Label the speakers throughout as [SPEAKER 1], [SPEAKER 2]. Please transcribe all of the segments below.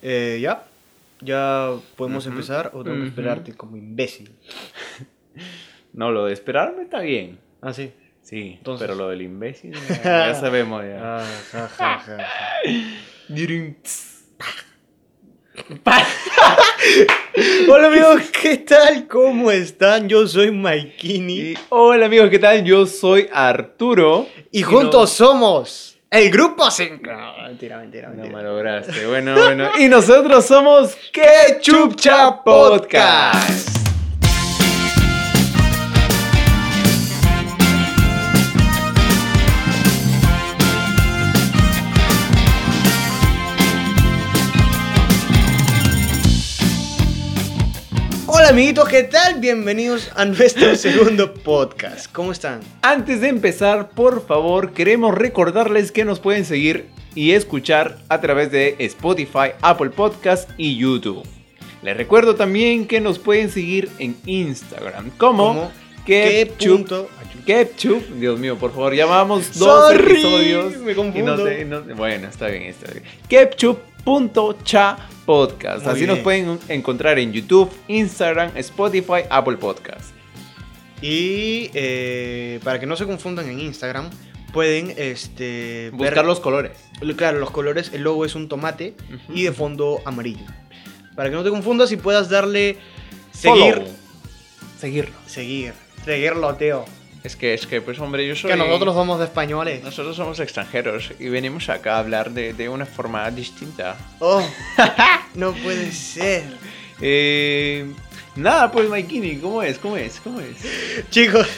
[SPEAKER 1] Eh, ya, ya podemos
[SPEAKER 2] Ujú,
[SPEAKER 1] empezar o tengo
[SPEAKER 2] ujú.
[SPEAKER 1] que esperarte como imbécil.
[SPEAKER 2] No, lo de esperarme está bien.
[SPEAKER 1] Ah, sí.
[SPEAKER 2] Sí,
[SPEAKER 1] Entonces.
[SPEAKER 2] pero lo del imbécil ya, ya sabemos ya.
[SPEAKER 1] Ah, ja, ja, ja, ja. Hola amigos, ¿qué tal? ¿Cómo están? Yo soy Maikini
[SPEAKER 2] Y, hola amigos, ¿qué tal? Yo soy Arturo.
[SPEAKER 1] y juntos somos el grupo 5. mentira, mentira,
[SPEAKER 2] No,
[SPEAKER 1] mentira.
[SPEAKER 2] me lograste. Bueno, bueno. Y nosotros somos Que Chupcha Podcast.
[SPEAKER 1] Hola amiguitos, ¿qué tal? Bienvenidos a nuestro segundo podcast. ¿Cómo están?
[SPEAKER 2] Antes de empezar, por favor, queremos recordarles que nos pueden seguir y escuchar a través de Spotify, Apple Podcast y YouTube. Les recuerdo también que nos pueden seguir en Instagram como
[SPEAKER 1] ¿Cómo? ¿Qué
[SPEAKER 2] Ketchup.
[SPEAKER 1] punto?
[SPEAKER 2] Ketchup, Dios mío, por favor, llamamos dos
[SPEAKER 1] Sorry,
[SPEAKER 2] episodios.
[SPEAKER 1] me
[SPEAKER 2] y
[SPEAKER 1] confundo.
[SPEAKER 2] no sé- no- bueno, está bien, está bien. Ketchup.cha podcast.
[SPEAKER 1] Muy
[SPEAKER 2] Así
[SPEAKER 1] bien.
[SPEAKER 2] nos pueden encontrar en YouTube, Instagram, Spotify, Apple Podcast.
[SPEAKER 1] Y eh, para que no se confundan en Instagram, pueden este, ver-
[SPEAKER 2] Buscar los colores.
[SPEAKER 1] Claro, los colores, el logo es un tomate
[SPEAKER 2] Ujú.
[SPEAKER 1] y de fondo amarillo. Para que no te confundas y puedas darle seguir.
[SPEAKER 2] Seguir. Seguirlo.
[SPEAKER 1] Seguir. Seguirlo, Teo.
[SPEAKER 2] Es que, es que, pues hombre, yo soy...
[SPEAKER 1] Que nosotros somos de españoles.
[SPEAKER 2] Nosotros somos extranjeros y venimos acá a hablar de, de una forma distinta.
[SPEAKER 1] Oh, no puede ser.
[SPEAKER 2] Eh, nada, pues Maikini, ¿cómo es? ¿Cómo es? ¿Cómo es?
[SPEAKER 1] Chicos,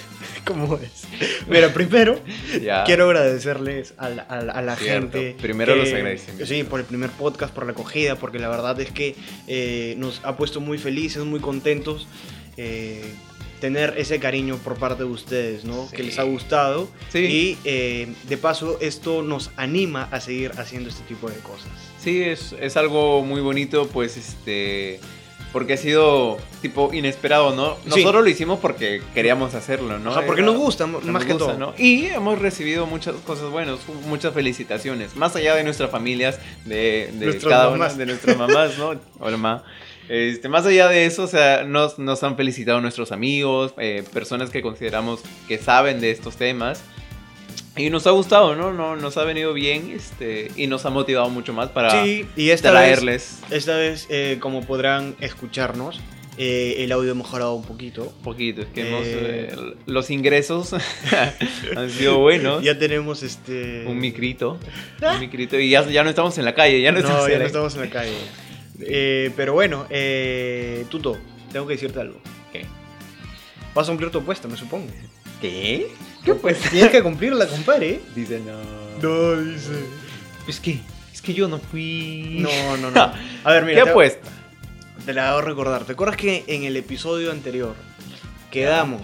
[SPEAKER 1] ¿cómo es? Pero primero,
[SPEAKER 2] Ya.
[SPEAKER 1] quiero agradecerles a la, a la- a la
[SPEAKER 2] Cierto.
[SPEAKER 1] gente.
[SPEAKER 2] Primero
[SPEAKER 1] que-
[SPEAKER 2] los agradecimientos.
[SPEAKER 1] Sí, por el primer podcast, por la acogida, porque la verdad es que eh, nos ha puesto muy felices, muy contentos. eh, tener ese cariño por parte de ustedes, ¿no?
[SPEAKER 2] Sí.
[SPEAKER 1] Que les ha gustado.
[SPEAKER 2] Sí.
[SPEAKER 1] Y eh, de paso, esto nos anima a seguir haciendo este tipo de cosas.
[SPEAKER 2] Sí, es, es algo muy bonito, pues este. Porque ha sido tipo inesperado, ¿no?
[SPEAKER 1] Sí.
[SPEAKER 2] Nosotros lo hicimos porque queríamos hacerlo, ¿no?
[SPEAKER 1] o sea, porque
[SPEAKER 2] Era-
[SPEAKER 1] nos gusta,
[SPEAKER 2] nos
[SPEAKER 1] más que
[SPEAKER 2] gusta,
[SPEAKER 1] todo.
[SPEAKER 2] ¿no? Y hemos recibido muchas cosas buenas, muchas felicitaciones. Más allá de nuestras familias, de, de
[SPEAKER 1] Nuestras
[SPEAKER 2] cada
[SPEAKER 1] mamás.
[SPEAKER 2] una de nuestras mamás, ¿no? Hola, ma. Este, más allá de eso, o sea, nos, nos han felicitado nuestros amigos, eh, personas que consideramos que saben de estos temas. Y nos ha gustado, ¿no? no nos ha venido bien este, y nos ha motivado mucho más para
[SPEAKER 1] Sí, y esta vez
[SPEAKER 2] traerles
[SPEAKER 1] Esta vez, eh, como podrán escucharnos, eh, el audio ha mejorado un poquito.
[SPEAKER 2] un poquito. Es que hemos,
[SPEAKER 1] Eh.
[SPEAKER 2] eh, los ingresos han sido buenos.
[SPEAKER 1] Ya tenemos este...
[SPEAKER 2] Un micrito. Un micrito. Y ya, ya no estamos en la calle. Ya no,
[SPEAKER 1] No,
[SPEAKER 2] estamos
[SPEAKER 1] ya
[SPEAKER 2] en
[SPEAKER 1] no
[SPEAKER 2] la-
[SPEAKER 1] estamos en la calle. Eh, pero bueno, eh, Tuto, tengo que decirte algo.
[SPEAKER 2] ¿Qué?
[SPEAKER 1] Vas a cumplir tu apuesta, me supongo.
[SPEAKER 2] ¿Qué? ¿Qué pues?
[SPEAKER 1] Tienes que cumplirla, compadre. ¿eh?
[SPEAKER 2] Dice no.
[SPEAKER 1] No, dice.
[SPEAKER 2] Es que, es que yo no fui.
[SPEAKER 1] No, no, no. A ver, mira.
[SPEAKER 2] ¿Qué
[SPEAKER 1] te-
[SPEAKER 2] apuesta?
[SPEAKER 1] Te la hago recordar. ¿Te acuerdas que en el episodio anterior quedamos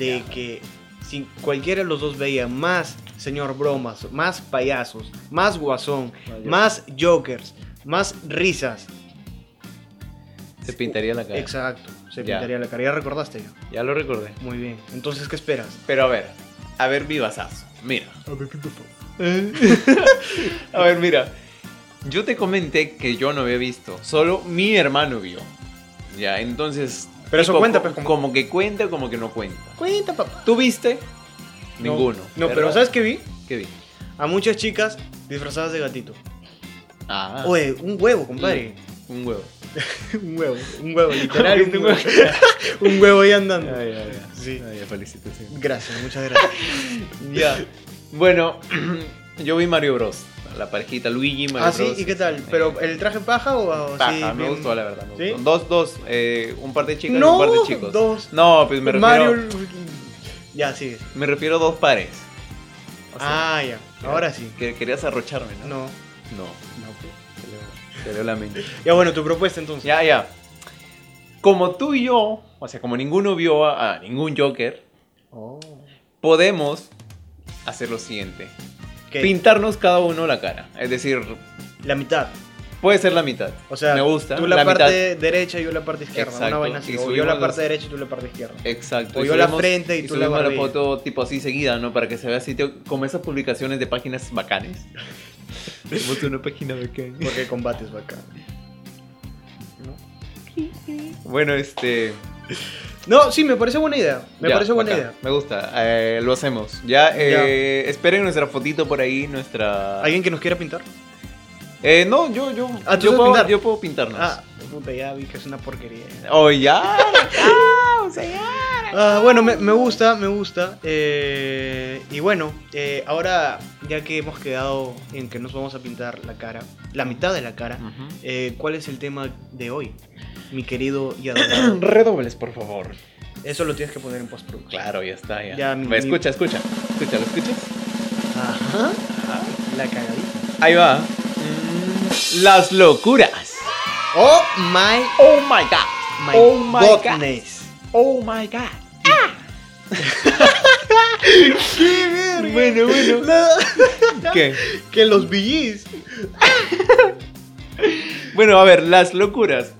[SPEAKER 1] de
[SPEAKER 2] Ya.
[SPEAKER 1] que si cualquiera de los dos veía más señor bromas, más payasos, más guasón, más jokers, más risas?
[SPEAKER 2] Se pintaría la cara.
[SPEAKER 1] Exacto, se
[SPEAKER 2] Ya.
[SPEAKER 1] pintaría la cara. Ya recordaste yo.
[SPEAKER 2] Ya lo recordé.
[SPEAKER 1] Muy bien. Entonces, ¿qué esperas?
[SPEAKER 2] Pero a ver, a ver, vivasazo. Mira.
[SPEAKER 1] A ver,
[SPEAKER 2] A ver, mira. Yo te comenté que yo no había visto. Solo mi hermano vio. Ya, entonces.
[SPEAKER 1] Pero eso
[SPEAKER 2] tipo,
[SPEAKER 1] cuenta,
[SPEAKER 2] co-
[SPEAKER 1] pues, como-
[SPEAKER 2] como... que cuenta, como que no cuenta.
[SPEAKER 1] Cuenta, papá.
[SPEAKER 2] ¿Tú viste?
[SPEAKER 1] No.
[SPEAKER 2] Ninguno.
[SPEAKER 1] No, pero
[SPEAKER 2] ¿verdad?
[SPEAKER 1] ¿sabes qué vi?
[SPEAKER 2] ¿Qué vi?
[SPEAKER 1] A muchas chicas disfrazadas de gatito.
[SPEAKER 2] Ah.
[SPEAKER 1] Oye, un huevo, compadre.
[SPEAKER 2] Un huevo.
[SPEAKER 1] un huevo, un huevo, literal. un,
[SPEAKER 2] Un
[SPEAKER 1] huevo. un huevo ahí andando. Sí.
[SPEAKER 2] ya, felicitaciones.
[SPEAKER 1] Gracias, muchas gracias.
[SPEAKER 2] Ya. Bueno, yo vi Mario Bros. La parejita Luigi y Mario
[SPEAKER 1] ah, sí,
[SPEAKER 2] Bros.
[SPEAKER 1] ¿y qué tal?
[SPEAKER 2] Eh,
[SPEAKER 1] ¿Pero el traje paja o o
[SPEAKER 2] paja,
[SPEAKER 1] sí,
[SPEAKER 2] me
[SPEAKER 1] bien-
[SPEAKER 2] gustó, la verdad. me
[SPEAKER 1] ¿Sí?
[SPEAKER 2] gustó. Dos, dos. eh, un par de chicas
[SPEAKER 1] No,
[SPEAKER 2] y un par de chicos.
[SPEAKER 1] dos.
[SPEAKER 2] No, pues me refiero,
[SPEAKER 1] Mario. Ya, sigue.
[SPEAKER 2] me refiero a dos pares. O sea,
[SPEAKER 1] ah, ya. Ahora sí.
[SPEAKER 2] que querías arrocharme, ¿no?
[SPEAKER 1] No. pues,
[SPEAKER 2] No. Te leo, te leo la mente.
[SPEAKER 1] Ya bueno, tu propuesta entonces.
[SPEAKER 2] Ya, ya. Como tú y yo, o sea, como ninguno vio a- a ningún Joker,
[SPEAKER 1] Oh.
[SPEAKER 2] podemos hacer lo siguiente.
[SPEAKER 1] ¿Qué?
[SPEAKER 2] Pintarnos cada uno la cara. Es decir,
[SPEAKER 1] La mitad.
[SPEAKER 2] puede ser la mitad.
[SPEAKER 1] O sea,
[SPEAKER 2] me gusta.
[SPEAKER 1] tú la,
[SPEAKER 2] mitad.
[SPEAKER 1] parte derecha y yo la parte izquierda. Una
[SPEAKER 2] Exacto,
[SPEAKER 1] vaina así.
[SPEAKER 2] y
[SPEAKER 1] O yo
[SPEAKER 2] subimos Eh.
[SPEAKER 1] la
[SPEAKER 2] los-
[SPEAKER 1] parte derecha y tú la parte izquierda.
[SPEAKER 2] Exacto.
[SPEAKER 1] o
[SPEAKER 2] y
[SPEAKER 1] yo la frente y tú la
[SPEAKER 2] subimos
[SPEAKER 1] barbilla.
[SPEAKER 2] foto tipo así seguida, ¿no? Para que se vea así tío, como esas publicaciones de páginas bacanes. Tenemos una página bacán.
[SPEAKER 1] Porque el combate es bacán.
[SPEAKER 2] ¿no? Bueno, este.
[SPEAKER 1] No, sí, me parece buena idea. Me
[SPEAKER 2] ya,
[SPEAKER 1] parece buena
[SPEAKER 2] bacán,
[SPEAKER 1] idea.
[SPEAKER 2] Me gusta. eh, lo hacemos. Ya, eh, esperen nuestra fotito por ahí, nuestra.
[SPEAKER 1] ¿Alguien que nos quiera pintar?
[SPEAKER 2] Eh, no, yo, yo.
[SPEAKER 1] Ah, ¿tú
[SPEAKER 2] yo,
[SPEAKER 1] sabes
[SPEAKER 2] puedo,
[SPEAKER 1] pintar?
[SPEAKER 2] yo puedo pintarnos.
[SPEAKER 1] Ah, puta, ya vi que es una porquería.
[SPEAKER 2] Oh, ya.
[SPEAKER 1] Ah, bueno, me, me gusta, me gusta. Eh, y bueno, eh, ahora ya que hemos quedado en que nos vamos a pintar la cara, la mitad de la
[SPEAKER 2] Mm.
[SPEAKER 1] cara, eh, ¿cuál es el tema de hoy, mi querido y adorado?
[SPEAKER 2] Redobles, por favor.
[SPEAKER 1] Eso lo tienes que poner en post
[SPEAKER 2] Claro, ya está, ya.
[SPEAKER 1] Ya, mi-
[SPEAKER 2] Ve,
[SPEAKER 1] mi-
[SPEAKER 2] Escucha, escucha. Escucha, ¿lo escuchas?
[SPEAKER 1] Ajá. La cagadita.
[SPEAKER 2] Ahí va. Mm, Las locuras.
[SPEAKER 1] Oh my,
[SPEAKER 2] Oh my god.
[SPEAKER 1] my
[SPEAKER 2] Oh my God.
[SPEAKER 1] godness.
[SPEAKER 2] Oh my god.
[SPEAKER 1] Ah. ¡Qué verga!
[SPEAKER 2] Bueno, bueno.
[SPEAKER 1] No.
[SPEAKER 2] ¿Qué?
[SPEAKER 1] Que los BGs.
[SPEAKER 2] Bueno, a ver, las locuras.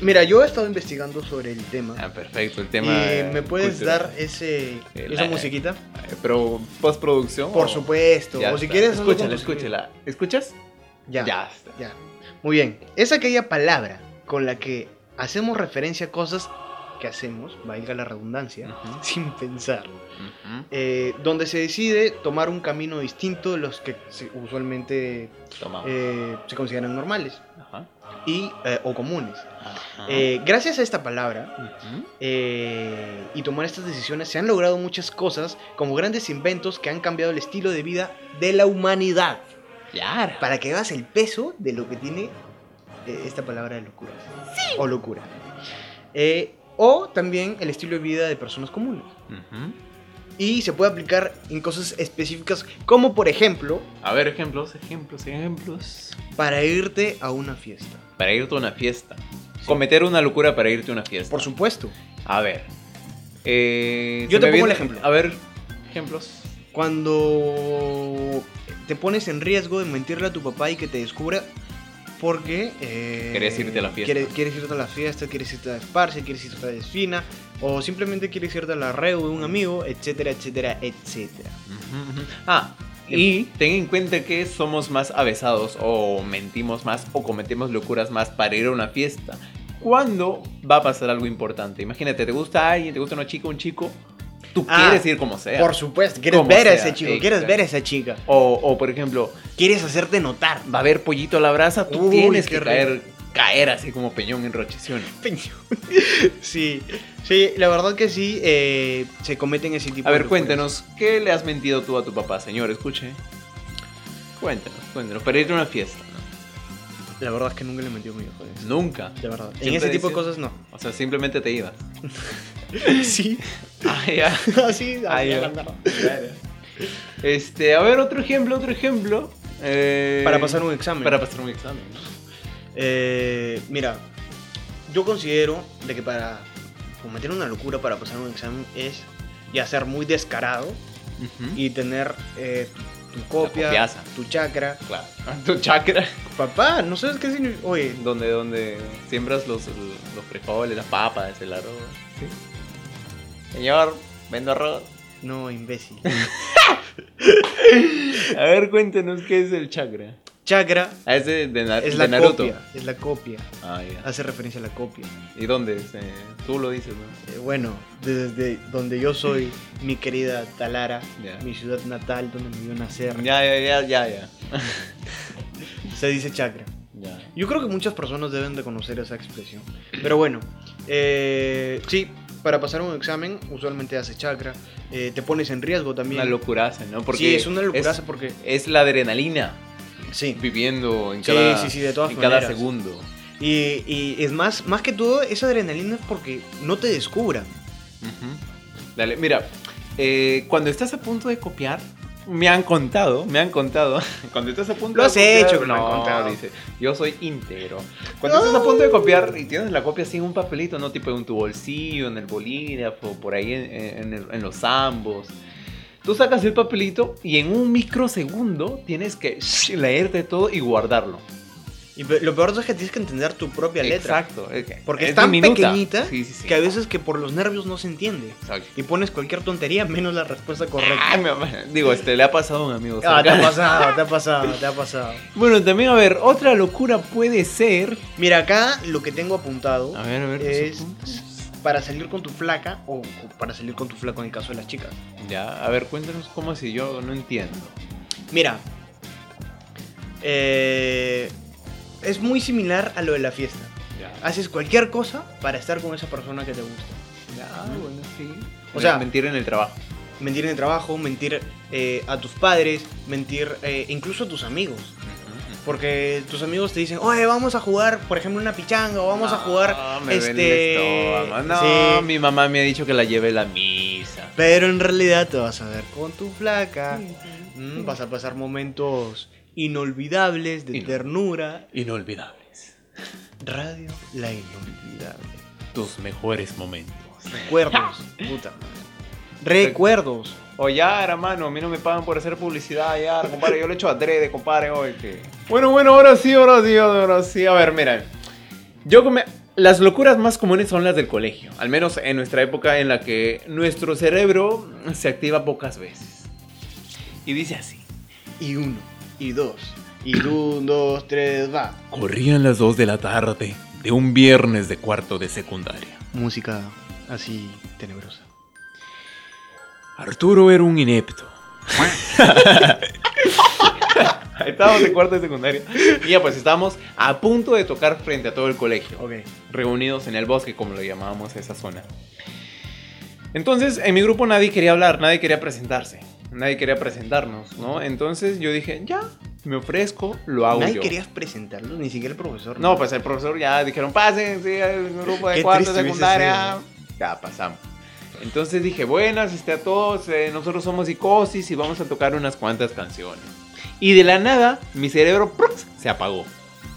[SPEAKER 1] Mira, yo he estado investigando sobre el tema.
[SPEAKER 2] Ah, perfecto, el tema.
[SPEAKER 1] Eh, ¿Me puedes
[SPEAKER 2] cultural.
[SPEAKER 1] dar ese,
[SPEAKER 2] El-
[SPEAKER 1] esa
[SPEAKER 2] eh,
[SPEAKER 1] musiquita?
[SPEAKER 2] Eh, Pero postproducción.
[SPEAKER 1] Por
[SPEAKER 2] o-
[SPEAKER 1] supuesto.
[SPEAKER 2] Ya
[SPEAKER 1] o si
[SPEAKER 2] está.
[SPEAKER 1] quieres, hazlo
[SPEAKER 2] escúchala,
[SPEAKER 1] con tus-
[SPEAKER 2] escúchala. ¿Escuchas?
[SPEAKER 1] Ya, ya.
[SPEAKER 2] está.
[SPEAKER 1] Muy bien. Es aquella palabra con la que hacemos referencia a cosas que hacemos, valga la redundancia,
[SPEAKER 2] Ujú.
[SPEAKER 1] sin pensar.
[SPEAKER 2] Ujú.
[SPEAKER 1] Eh, donde se decide tomar un camino distinto de los que se- usualmente
[SPEAKER 2] Toma.
[SPEAKER 1] eh, se consideran normales
[SPEAKER 2] Ajá.
[SPEAKER 1] y, eh, o comunes.
[SPEAKER 2] Ajá.
[SPEAKER 1] Eh, gracias a esta palabra,
[SPEAKER 2] Ujú.
[SPEAKER 1] eh, y tomar estas decisiones se han logrado muchas cosas como grandes inventos que han cambiado el estilo de vida de la humanidad.
[SPEAKER 2] Claro.
[SPEAKER 1] Para que veas el peso de lo que tiene eh, esta palabra de locura. O locura. Eh, o también el estilo de vida de personas comunes.
[SPEAKER 2] Ujú.
[SPEAKER 1] Y se puede aplicar en cosas específicas como por ejemplo
[SPEAKER 2] A ver, ejemplos, ejemplos, ejemplos.
[SPEAKER 1] para irte a una fiesta.
[SPEAKER 2] Para irte a una fiesta. Cometer una locura para irte a una fiesta.
[SPEAKER 1] Por supuesto.
[SPEAKER 2] A ver. Eh,
[SPEAKER 1] Yo
[SPEAKER 2] se
[SPEAKER 1] te
[SPEAKER 2] me
[SPEAKER 1] pongo el
[SPEAKER 2] viene-
[SPEAKER 1] ejemplo.
[SPEAKER 2] A ver, ejemplos.
[SPEAKER 1] Cuando te pones en riesgo de mentirle a tu papá y que te descubra porque... eh,
[SPEAKER 2] Quieres irte a la fiesta.
[SPEAKER 1] Quieres, quieres irte a la fiesta, quieres irte a esparce, quieres irte a la desfina o simplemente quieres irte a la reu de un amigo, etcétera, etcétera, etcétera.
[SPEAKER 2] Ujú, ujú. Ah, y ten en cuenta que somos más avesados o mentimos más o cometemos locuras más para ir a una fiesta. ¿Cuándo va a pasar algo importante? Imagínate, te gusta alguien, te gusta una chica, un chico, tú
[SPEAKER 1] Ah,
[SPEAKER 2] quieres ir como sea.
[SPEAKER 1] Por supuesto, quieres
[SPEAKER 2] Eh, Como
[SPEAKER 1] ver a
[SPEAKER 2] sea,
[SPEAKER 1] ese chico,
[SPEAKER 2] exacto.
[SPEAKER 1] quieres ver a esa chica,
[SPEAKER 2] O, o, por ejemplo,
[SPEAKER 1] quieres hacerte notar.
[SPEAKER 2] va a haber pollito a la brasa, tú
[SPEAKER 1] Uy,
[SPEAKER 2] tienes
[SPEAKER 1] qué
[SPEAKER 2] que caer, caer así como peñón en rochesión.
[SPEAKER 1] Peñón. sí, sí, la verdad que sí, eh, se cometen ese tipo
[SPEAKER 2] A
[SPEAKER 1] de
[SPEAKER 2] ver,
[SPEAKER 1] locuras.
[SPEAKER 2] cuéntanos, ¿qué le has mentido tú a tu papá, señor? Escuche. Cuéntanos, cuéntanos, para ir a una fiesta.
[SPEAKER 1] La verdad es que nunca le mentí a mi hijo.
[SPEAKER 2] ¿no? Nunca.
[SPEAKER 1] De verdad. En
[SPEAKER 2] Siempre
[SPEAKER 1] ese tipo de
[SPEAKER 2] dices-
[SPEAKER 1] cosas no.
[SPEAKER 2] O sea, simplemente te ibas.
[SPEAKER 1] Sí,
[SPEAKER 2] Ah, ya.
[SPEAKER 1] así,
[SPEAKER 2] Ah,
[SPEAKER 1] así,
[SPEAKER 2] ya.
[SPEAKER 1] a la mierda.
[SPEAKER 2] Este, a ver, otro ejemplo, otro ejemplo. Eh,
[SPEAKER 1] Para pasar un examen.
[SPEAKER 2] Para pasar un examen.
[SPEAKER 1] Eh, mira, yo considero de que para cometer una locura para pasar un examen es ya ser muy descarado
[SPEAKER 2] Y
[SPEAKER 1] y tener eh, tu, tu copia,
[SPEAKER 2] copiaza.
[SPEAKER 1] tu chakra.
[SPEAKER 2] claro. Tu chakra.
[SPEAKER 1] Papá, no sabes qué significa. Oye,
[SPEAKER 2] Donde, donde siembras los, los frijoles, las papas, el arroz. Señor, vendo arroz.
[SPEAKER 1] no, imbécil.
[SPEAKER 2] A ver, cuéntenos qué es el chakra.
[SPEAKER 1] chakra
[SPEAKER 2] Ah, es de, de Na-
[SPEAKER 1] es
[SPEAKER 2] de
[SPEAKER 1] la
[SPEAKER 2] Naruto.
[SPEAKER 1] copia. Es la copia.
[SPEAKER 2] Ah, ya.
[SPEAKER 1] Hace referencia a la copia.
[SPEAKER 2] ¿Y dónde? es? Eh, tú lo dices, ¿no?
[SPEAKER 1] Eh, bueno, desde donde yo soy, mi querida Talara,
[SPEAKER 2] Ya.
[SPEAKER 1] mi ciudad natal, donde me vio nacer,
[SPEAKER 2] Ya, ya, ya, ya, ya.
[SPEAKER 1] se dice chakra.
[SPEAKER 2] Ya.
[SPEAKER 1] Yo creo que muchas personas deben de conocer esa expresión. Pero bueno, eh, sí, para pasar un examen usualmente hace chakra, eh, te pones en riesgo también.
[SPEAKER 2] Una locuraza, ¿no? Porque
[SPEAKER 1] sí, es una locura porque...
[SPEAKER 2] es la adrenalina.
[SPEAKER 1] Sí.
[SPEAKER 2] viviendo en
[SPEAKER 1] Sí,
[SPEAKER 2] cada,
[SPEAKER 1] sí, sí, de todas
[SPEAKER 2] en cada
[SPEAKER 1] maneras.
[SPEAKER 2] segundo.
[SPEAKER 1] Y, y es más, más que todo, esa adrenalina es porque no te descubran.
[SPEAKER 2] Dale, mira, eh, cuando estás a punto de copiar, me han contado, me han contado, cuando estás a punto
[SPEAKER 1] Lo
[SPEAKER 2] de
[SPEAKER 1] has
[SPEAKER 2] copiar,
[SPEAKER 1] hecho, que me
[SPEAKER 2] no,
[SPEAKER 1] han contado.
[SPEAKER 2] dice, yo soy íntegro. Cuando estás a punto de copiar y tienes la copia así en un papelito, no tipo en tu bolsillo, en el bolígrafo, por ahí en, en- en- en los ambos. Tú sacas el papelito y en un microsegundo tienes que leerte todo y guardarlo.
[SPEAKER 1] Y pe- lo peor es que tienes que entender tu propia letra.
[SPEAKER 2] Exacto. que
[SPEAKER 1] Porque es, tan
[SPEAKER 2] diminuta.
[SPEAKER 1] pequeñita
[SPEAKER 2] Sí, sí, sí.
[SPEAKER 1] que a veces que por los nervios no se entiende.
[SPEAKER 2] Exacto.
[SPEAKER 1] Y pones cualquier tontería menos la respuesta correcta.
[SPEAKER 2] Ah, mi mamá. Digo, este, le ha pasado a un amigo.
[SPEAKER 1] Ah, te ha
[SPEAKER 2] cercano.
[SPEAKER 1] pasado, te ha pasado, te ha pasado.
[SPEAKER 2] Bueno, también, a ver, otra locura puede ser.
[SPEAKER 1] Mira, acá lo que tengo apuntado
[SPEAKER 2] A ver, a ver.
[SPEAKER 1] es
[SPEAKER 2] sus
[SPEAKER 1] para salir con tu flaca o o para salir con tu flaco en el caso de las chicas.
[SPEAKER 2] puntos. Ya, a ver, cuéntanos cómo si yo no entiendo.
[SPEAKER 1] Mira, eh, es muy similar a lo de la fiesta.
[SPEAKER 2] Ya.
[SPEAKER 1] Haces cualquier cosa para estar con esa persona que te gusta.
[SPEAKER 2] Ya, Ah, bueno, sí.
[SPEAKER 1] O sea-
[SPEAKER 2] mentir en el trabajo.
[SPEAKER 1] Mentir en el trabajo, mentir eh, a tus padres, mentir eh, incluso a tus amigos. Porque tus amigos te dicen, oye, vamos a jugar, por ejemplo, una pichanga o vamos a
[SPEAKER 2] No,
[SPEAKER 1] jugar
[SPEAKER 2] me duele el
[SPEAKER 1] este...
[SPEAKER 2] estómago. No,
[SPEAKER 1] Sí,
[SPEAKER 2] mi mamá me ha dicho que la lleve a la misa.
[SPEAKER 1] Pero en realidad te vas a ver con tu flaca. Mm, vas a pasar momentos inolvidables de
[SPEAKER 2] Inol-
[SPEAKER 1] ternura.
[SPEAKER 2] Inolvidables.
[SPEAKER 1] Radio La Inolvidable.
[SPEAKER 2] Tus mejores momentos.
[SPEAKER 1] Recuerdos, puta madre. Recuerdos.
[SPEAKER 2] O ya, hermano, a mí no me pagan por hacer publicidad, ya, compadre, yo lo echo adrede, compadre, hoy que... Bueno, bueno, ahora sí, ahora sí, ahora sí, a ver, mira, yo come... Las locuras más comunes son las del colegio, al menos en nuestra época en la que nuestro cerebro se activa pocas veces. Y dice así.
[SPEAKER 1] Y uno, y dos, y un, dos, tres, va.
[SPEAKER 3] Corrían las 2 de la tarde de un viernes de cuarto de secundaria.
[SPEAKER 1] Música así tenebrosa.
[SPEAKER 3] Arturo era un inepto.
[SPEAKER 2] Ahí Estábamos en cuarto de secundaria. Y ya, pues estamos a punto de tocar frente a todo el colegio.
[SPEAKER 1] Ok.
[SPEAKER 2] reunidos en el bosque, como lo llamábamos esa zona. Entonces, en mi grupo nadie quería hablar, nadie quería presentarse, nadie quería presentarnos, ¿no? Entonces yo dije, ya, me ofrezco, lo hago
[SPEAKER 1] Nadie
[SPEAKER 2] yo.
[SPEAKER 1] querías presentarlo, ni siquiera el profesor.
[SPEAKER 2] No, pues el profesor ya dijeron, pasen, sí, el grupo
[SPEAKER 1] Qué
[SPEAKER 2] de cuarto,
[SPEAKER 1] triste hubiese
[SPEAKER 2] secundaria. Ya, pasamos. Entonces dije, buenas este, a todos, eh, nosotros somos psicosis y vamos a tocar unas cuantas canciones. Y de la nada, mi cerebro ¡prox! se apagó.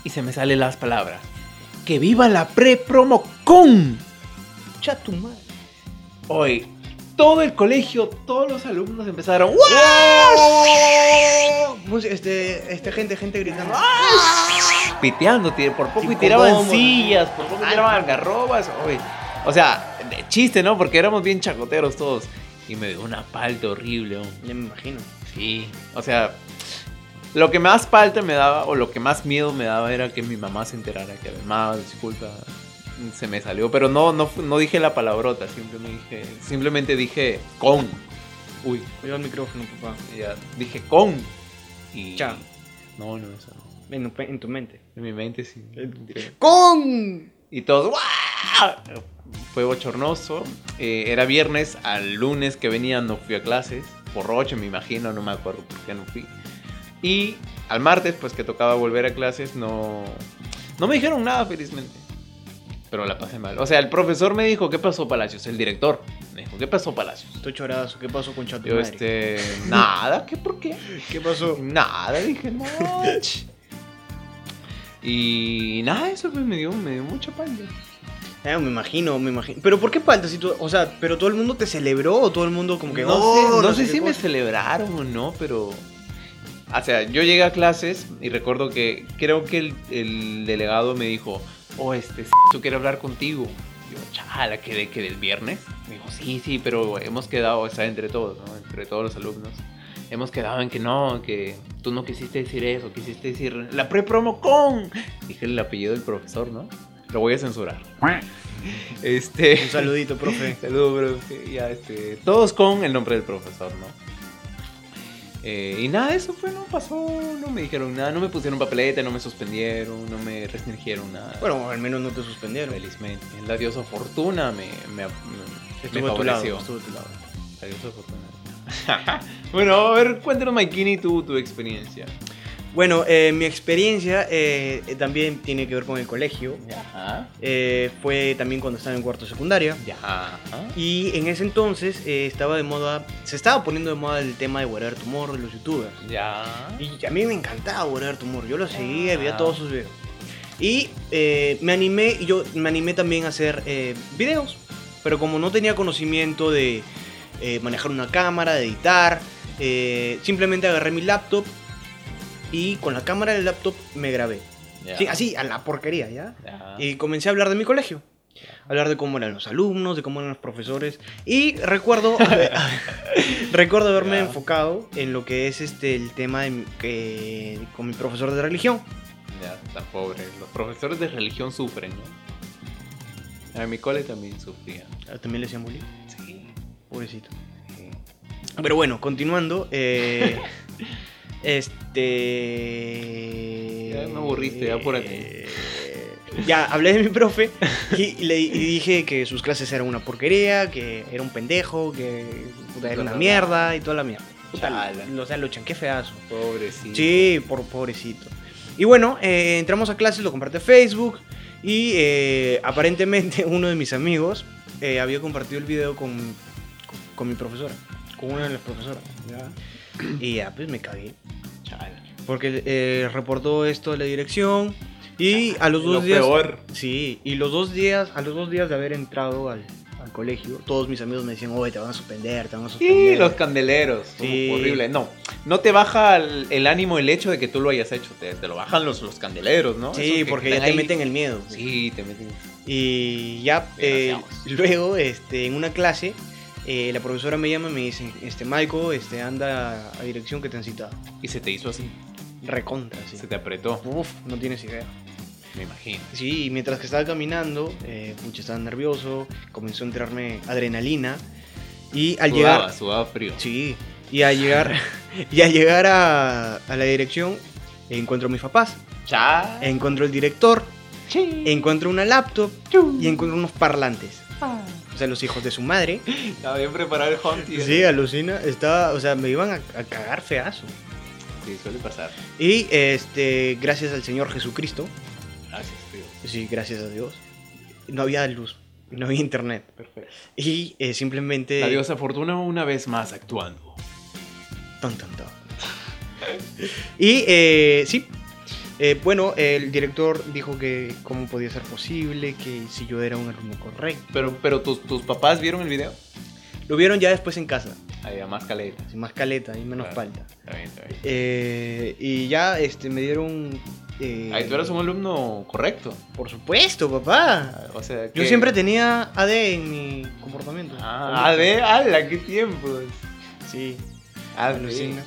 [SPEAKER 2] Y se me salen las palabras. ¡Que viva la pre-promo con!
[SPEAKER 1] Cha tu madre.
[SPEAKER 2] Hoy, todo el colegio, todos los alumnos empezaron. ¡Wow!
[SPEAKER 1] Música- Este, este, gente, gente gritando.
[SPEAKER 2] Piteando, tir- por poco
[SPEAKER 1] Y
[SPEAKER 2] y tiraban
[SPEAKER 1] cómo-
[SPEAKER 2] sillas, por poco
[SPEAKER 1] Ah,
[SPEAKER 2] tiraban algarrobas. Hoy. O sea, de chiste, ¿no? Porque éramos bien chacoteros todos. Y me dio una palta horrible. hom.
[SPEAKER 1] Ya me imagino.
[SPEAKER 2] Sí. O sea, lo que más palta me daba, o lo que más miedo me daba, era que mi mamá se enterara que, mamá, disculpa, se me salió. Pero no, no, fu- no dije la palabrota, simplemente dije, simplemente dije con. Uy.
[SPEAKER 1] Cuidado el micrófono, papá.
[SPEAKER 2] Ya, dije con. Y.
[SPEAKER 1] Cha.
[SPEAKER 2] No, no, eso no.
[SPEAKER 1] En, en tu mente.
[SPEAKER 2] En mi mente sí.
[SPEAKER 1] ¡Con!
[SPEAKER 2] Y todos. ¡guau! Fue bochornoso. Eh, era viernes, al lunes que venía no fui a clases. Por ocho me imagino, no me acuerdo por qué no fui. Y al martes, pues que tocaba volver a clases, no. No me dijeron nada, felizmente. Pero la pasé mal. O sea, el profesor me dijo, ¿qué pasó, Palacios? El director me dijo, ¿qué pasó, Palacios?
[SPEAKER 1] Estoy chorazo. ¿Qué pasó con Cha tu
[SPEAKER 2] Yo,
[SPEAKER 1] madre?
[SPEAKER 2] este. Nada, ¿qué por qué?
[SPEAKER 1] ¿Qué pasó?
[SPEAKER 2] Nada, dije, no. ch". y nada, eso pues, me dio, me dio mucha palla.
[SPEAKER 1] Ah, me imagino, me imagino. Pero ¿por qué falta si tú, o sea, pero todo el mundo te celebró o todo el mundo como que
[SPEAKER 2] no,
[SPEAKER 1] "Oh,
[SPEAKER 2] sé, no sé
[SPEAKER 1] qué
[SPEAKER 2] si me
[SPEAKER 1] cosa"?
[SPEAKER 2] celebraron o no, pero. O sea, yo llegué a clases y recuerdo que creo que el, el delegado me dijo, oh, este, s- tú quiero hablar contigo. Yo, chala, quedé que del viernes. Me dijo, sí, sí, pero hemos quedado, o sea, entre todos, ¿no? Entre todos los alumnos. Hemos quedado en que no, que tú no quisiste decir eso, quisiste decir la pre-promo con. Dije el apellido del profesor, ¿no? Lo voy a censurar. Este.
[SPEAKER 1] Un saludito, profe.
[SPEAKER 2] Saludos, bro. Ya, este, todos con el nombre del profesor, ¿no? Eh, y nada, eso fue, no pasó, no me dijeron nada, no me pusieron papeleta, no me suspendieron, no me restringieron nada.
[SPEAKER 1] Bueno, al menos no te suspendieron.
[SPEAKER 2] felizmente, la diosa fortuna me, me, me- me
[SPEAKER 1] Estuvo a tu lado,
[SPEAKER 2] favoreció.
[SPEAKER 1] estuvo a tu lado.
[SPEAKER 2] La diosa fortuna. bueno, a ver, cuéntanos, Maikini, tú, tu experiencia.
[SPEAKER 1] Bueno, eh, mi experiencia eh, eh, también tiene que ver con el colegio.
[SPEAKER 2] Ya.
[SPEAKER 1] Eh, fue también cuando estaba en cuarto de secundaria.
[SPEAKER 2] Ya.
[SPEAKER 1] Y en ese entonces eh, estaba de moda, se estaba poniendo de moda el tema de Whatever Tomorrow de los youtubers.
[SPEAKER 2] Ya.
[SPEAKER 1] Y a mí me encantaba Whatever Tomorrow, yo lo seguía y veía
[SPEAKER 2] Ah.
[SPEAKER 1] todos sus videos. Y eh, me animé, y yo me animé también a hacer eh, videos, pero como no tenía conocimiento de eh, manejar una cámara, de editar, eh, simplemente agarré mi laptop y con la cámara del laptop me grabé.
[SPEAKER 2] Ya.
[SPEAKER 1] Sí, así, a la porquería, ¿ya?
[SPEAKER 2] Ya.
[SPEAKER 1] Y comencé a hablar de mi colegio. Hablar de cómo eran los alumnos, de cómo eran los profesores. Y recuerdo, recuerdo haberme
[SPEAKER 2] Ya.
[SPEAKER 1] enfocado en lo que es este, el tema de mi- que, con mi profesor de religión.
[SPEAKER 2] Ya, tan pobre. Los profesores de religión sufren, ¿no? A mi cole también sufría.
[SPEAKER 1] Ah, También le decían bullying,
[SPEAKER 2] Sí.
[SPEAKER 1] pobrecito.
[SPEAKER 2] sí.
[SPEAKER 1] Pero bueno, continuando. eh, este.
[SPEAKER 2] Ya me aburriste, ya apúrate.
[SPEAKER 1] Eh, Ya hablé de mi profe y, le y dije que sus clases eran una porquería, que era un pendejo, que puta, era
[SPEAKER 2] Toda
[SPEAKER 1] una
[SPEAKER 2] la-
[SPEAKER 1] mierda y toda la mierda. Puta,
[SPEAKER 2] Chala.
[SPEAKER 1] lo- o sea, lo chanqué feazo.
[SPEAKER 2] Pobrecito.
[SPEAKER 1] Sí, por pobrecito. Y bueno, eh, entramos a clases, lo compartí en Facebook y eh, aparentemente uno de mis amigos eh, había compartido el video con, con, con mi profesora, con una de las profesoras.
[SPEAKER 2] Ya.
[SPEAKER 1] Y ya, pues me cagué.
[SPEAKER 2] Chala.
[SPEAKER 1] Porque eh, reportó esto a la dirección y a los dos
[SPEAKER 2] Lo
[SPEAKER 1] días...
[SPEAKER 2] peor.
[SPEAKER 1] Sí, y los dos días, a los dos días de haber entrado al, al colegio, todos mis amigos me decían, oye, te van a suspender, te van a suspender.
[SPEAKER 2] Sí, los candeleros.
[SPEAKER 1] Sí.
[SPEAKER 2] Uh, Horrible. No, no te baja el, el ánimo el hecho de que tú lo hayas hecho. Te, te lo bajan los, los candeleros, ¿no? Esos
[SPEAKER 1] Sí,
[SPEAKER 2] que
[SPEAKER 1] porque ya
[SPEAKER 2] están
[SPEAKER 1] te
[SPEAKER 2] ahí.
[SPEAKER 1] meten el miedo.
[SPEAKER 2] Sí, te meten.
[SPEAKER 1] Y ya, eh,
[SPEAKER 2] Desgraciados.
[SPEAKER 1] luego, este, en una clase, eh, la profesora me llama y me dice, este, Michael, este, anda a dirección que te han citado.
[SPEAKER 2] Y se te hizo así.
[SPEAKER 1] Recontra, sí.
[SPEAKER 2] Se te apretó.
[SPEAKER 1] Uf, no tienes idea.
[SPEAKER 2] Me imagino.
[SPEAKER 1] Sí, y mientras que estaba caminando, eh, pucha, estaba nervioso, comenzó a entrarme adrenalina. Y al
[SPEAKER 2] sudaba,
[SPEAKER 1] llegar...
[SPEAKER 2] sudaba frío.
[SPEAKER 1] Sí, y al llegar, y al llegar a, a la dirección, encuentro a mis papás,
[SPEAKER 2] Cha.
[SPEAKER 1] encuentro el director,
[SPEAKER 2] Sí.
[SPEAKER 1] encuentro una laptop y encuentro unos parlantes. O sea, los hijos de su madre.
[SPEAKER 2] Estaba bien preparado el Humpty.
[SPEAKER 1] Sí, alucina. Estaba, o sea, me iban a, a cagar feazo.
[SPEAKER 2] Sí, suele pasar.
[SPEAKER 1] Y este, gracias al Señor Jesucristo,
[SPEAKER 2] Gracias, tío.
[SPEAKER 1] sí, gracias a Dios, no había luz, no había internet.
[SPEAKER 2] Perfecto.
[SPEAKER 1] Y eh, simplemente.
[SPEAKER 2] La diosa Fortuna una vez más actuando.
[SPEAKER 1] Tan, tan, tan. Y eh, sí, eh, bueno, el director dijo que cómo podía ser posible, que si yo era un alumno correcto.
[SPEAKER 2] Pero, pero tus, tus papás vieron el video.
[SPEAKER 1] Lo vieron ya después en casa,
[SPEAKER 2] Ahí, a más caleta.
[SPEAKER 1] sin más caleta y menos
[SPEAKER 2] Claro.
[SPEAKER 1] falta.
[SPEAKER 2] Está bien, está bien.
[SPEAKER 1] Eh, y ya este, me dieron... eh,
[SPEAKER 2] Ahí tú eras un alumno correcto.
[SPEAKER 1] Por supuesto, papá.
[SPEAKER 2] O sea,
[SPEAKER 1] Yo
[SPEAKER 2] que-
[SPEAKER 1] siempre tenía AD en mi comportamiento.
[SPEAKER 2] Ah, a ver, ala, qué tiempos.
[SPEAKER 1] Sí. Ah,
[SPEAKER 2] A
[SPEAKER 1] Alucina.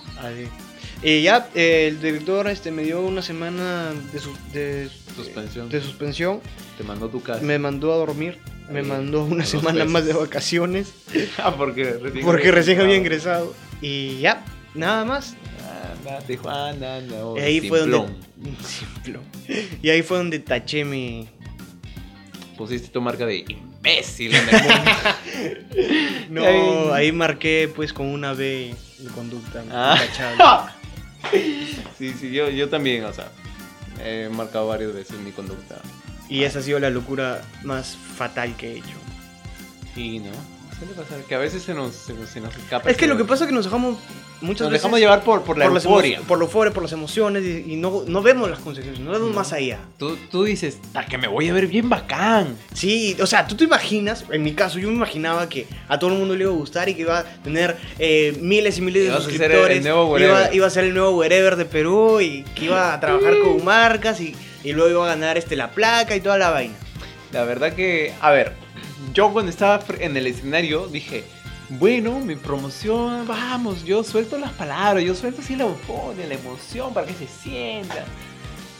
[SPEAKER 1] Y ya eh, el director este, me dio una semana de, sus- de-
[SPEAKER 2] Suspensión.
[SPEAKER 1] de suspensión.
[SPEAKER 2] Te mandó tu casa.
[SPEAKER 1] Me mandó a dormir. Me
[SPEAKER 2] Sí,
[SPEAKER 1] mandó una
[SPEAKER 2] dos
[SPEAKER 1] semana más de
[SPEAKER 2] veces.
[SPEAKER 1] vacaciones.
[SPEAKER 2] Ah, porque recién
[SPEAKER 1] Porque recién había ingresado. Y ya, nada más.
[SPEAKER 2] Anda, Tijuana, anda, oh,
[SPEAKER 1] Y ahí fue donde.
[SPEAKER 2] simplón.
[SPEAKER 1] Simplón. Y ahí fue donde taché mi.
[SPEAKER 2] Pusiste tu marca de imbécil en el mundo.
[SPEAKER 1] No,
[SPEAKER 2] Ay.
[SPEAKER 1] ahí marqué pues con una B de conducta.
[SPEAKER 2] Ah.
[SPEAKER 1] intachable.
[SPEAKER 2] sí, sí, yo, yo también, o sea, he marcado varias veces mi conducta.
[SPEAKER 1] Y esa ha sido la locura más fatal que he hecho.
[SPEAKER 2] Sí, ¿no? Suele pasar que a veces se nos, se nos, se nos escapa.
[SPEAKER 1] Es que
[SPEAKER 2] ese-
[SPEAKER 1] lo que pasa es que nos dejamos muchas
[SPEAKER 2] nos
[SPEAKER 1] veces.
[SPEAKER 2] dejamos llevar por, por la
[SPEAKER 1] por, las emo-
[SPEAKER 2] euforia.
[SPEAKER 1] por la euforia, por las emociones y, y no, no vemos las consecuencias, no vemos
[SPEAKER 2] No.
[SPEAKER 1] más allá.
[SPEAKER 2] Tú, tú dices, "Ah, que me voy a ver bien bacán.
[SPEAKER 1] Sí, o sea, tú te imaginas, en mi caso, yo me imaginaba que a todo el mundo le iba a gustar y que iba a tener eh, miles y miles de
[SPEAKER 2] Ibas a ser
[SPEAKER 1] suscriptores.
[SPEAKER 2] el nuevo
[SPEAKER 1] iba,
[SPEAKER 2] wherever.
[SPEAKER 1] iba a ser el nuevo wherever de Perú y que iba a trabajar con marcas y, y luego iba a ganar este, la placa y toda la vaina.
[SPEAKER 2] La verdad que, a ver, yo cuando estaba fr- en el escenario dije, bueno, mi promoción, vamos, yo suelto las palabras, yo suelto así la euforia, la emoción para que se sientan.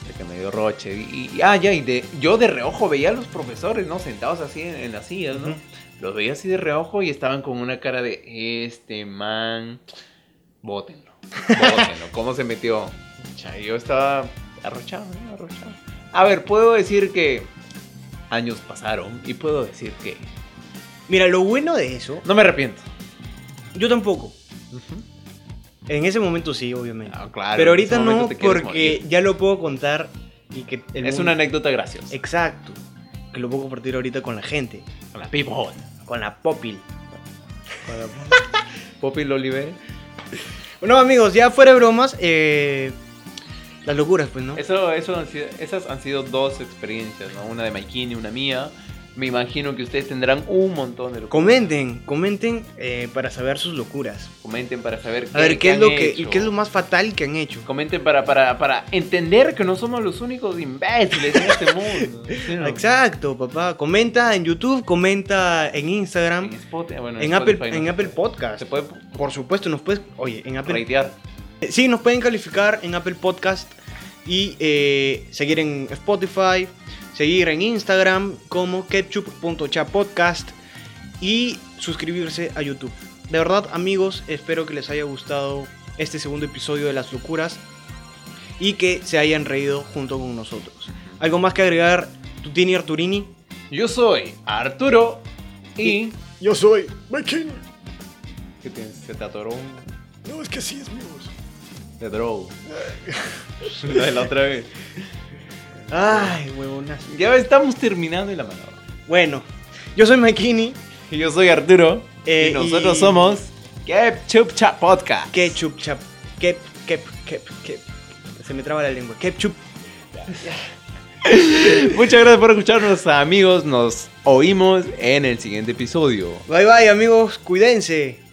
[SPEAKER 2] De que me dio roche. Y, y- ah, ya, y de, yo de reojo veía a los profesores, ¿no? Sentados así en, en las sillas, ¿no?
[SPEAKER 1] Ujú.
[SPEAKER 2] Los veía así de reojo y estaban con una cara de, este man, bótenlo, bótenlo, ¿cómo se metió? Cha, yo estaba arrochado, ¿no? Arrochado. A ver, puedo decir que años pasaron y puedo decir que
[SPEAKER 1] Mira, lo bueno de eso,
[SPEAKER 2] no me arrepiento.
[SPEAKER 1] yo tampoco. En ese momento sí, obviamente.
[SPEAKER 2] Ah, claro,
[SPEAKER 1] Pero
[SPEAKER 2] en ese
[SPEAKER 1] ahorita no,
[SPEAKER 2] momento te quieres
[SPEAKER 1] porque
[SPEAKER 2] morir.
[SPEAKER 1] ya lo puedo contar y que el
[SPEAKER 2] es
[SPEAKER 1] mundo-
[SPEAKER 2] una anécdota graciosa.
[SPEAKER 1] Exacto. Que lo puedo compartir ahorita con la gente,
[SPEAKER 2] Con la people.
[SPEAKER 1] con la popil.
[SPEAKER 2] Poppy lo libere.
[SPEAKER 1] Bueno, amigos, ya fuera de bromas, eh, las locuras, pues, ¿no?
[SPEAKER 2] Eso, eso han sido- esas han sido dos experiencias, ¿no? Una de Maikini y una mía. Me imagino que ustedes tendrán un montón de locuras.
[SPEAKER 1] Comenten, comenten eh, para saber sus locuras.
[SPEAKER 2] Comenten para saber
[SPEAKER 1] A ver, ¿qué es,
[SPEAKER 2] han
[SPEAKER 1] lo que,
[SPEAKER 2] hecho.
[SPEAKER 1] ¿qué es lo más fatal que han hecho?
[SPEAKER 2] Comenten para, para, para entender que no somos los únicos imbéciles en este mundo. ¿sí o no?
[SPEAKER 1] Exacto, papá. Comenta en YouTube, comenta en Instagram,
[SPEAKER 2] En, Spotify, bueno,
[SPEAKER 1] en,
[SPEAKER 2] en
[SPEAKER 1] Apple,
[SPEAKER 2] Spotify no
[SPEAKER 1] en
[SPEAKER 2] se
[SPEAKER 1] Apple
[SPEAKER 2] puede.
[SPEAKER 1] Podcast.
[SPEAKER 2] Se puede
[SPEAKER 1] Por supuesto, nos puedes. Oye, en Apple.
[SPEAKER 2] ratear.
[SPEAKER 1] Eh, Sí, nos pueden calificar en Apple Podcast y eh, seguir en Spotify, seguir en Instagram como ketchup.chapodcast y suscribirse a YouTube. De verdad, amigos, espero que les haya gustado este segundo episodio de Las Locuras y que se hayan reído junto con nosotros. ¿Algo más que agregar, Tutini Arturini?
[SPEAKER 2] Yo soy Arturo y.
[SPEAKER 4] Yo soy Mekin.
[SPEAKER 2] ¿Qué tienes? Se te atoró un.
[SPEAKER 4] No, es que sí es mi voz.
[SPEAKER 2] Te drogó. Lo de la otra vez.
[SPEAKER 1] Ay, huevonas.
[SPEAKER 2] Ya estamos terminando la palabra.
[SPEAKER 1] Bueno, yo soy Makini,
[SPEAKER 2] Y yo soy Arturo.
[SPEAKER 1] Eh,
[SPEAKER 2] y nosotros
[SPEAKER 1] y-
[SPEAKER 2] somos Ketchup Chat Podcast.
[SPEAKER 1] Ketchup, chap. Kep, kep, kep, kep. Se me traba la lengua. Ketchup.
[SPEAKER 2] Muchas gracias por escucharnos, amigos. Nos oímos en el siguiente episodio.
[SPEAKER 1] Bye bye, amigos. Cuídense.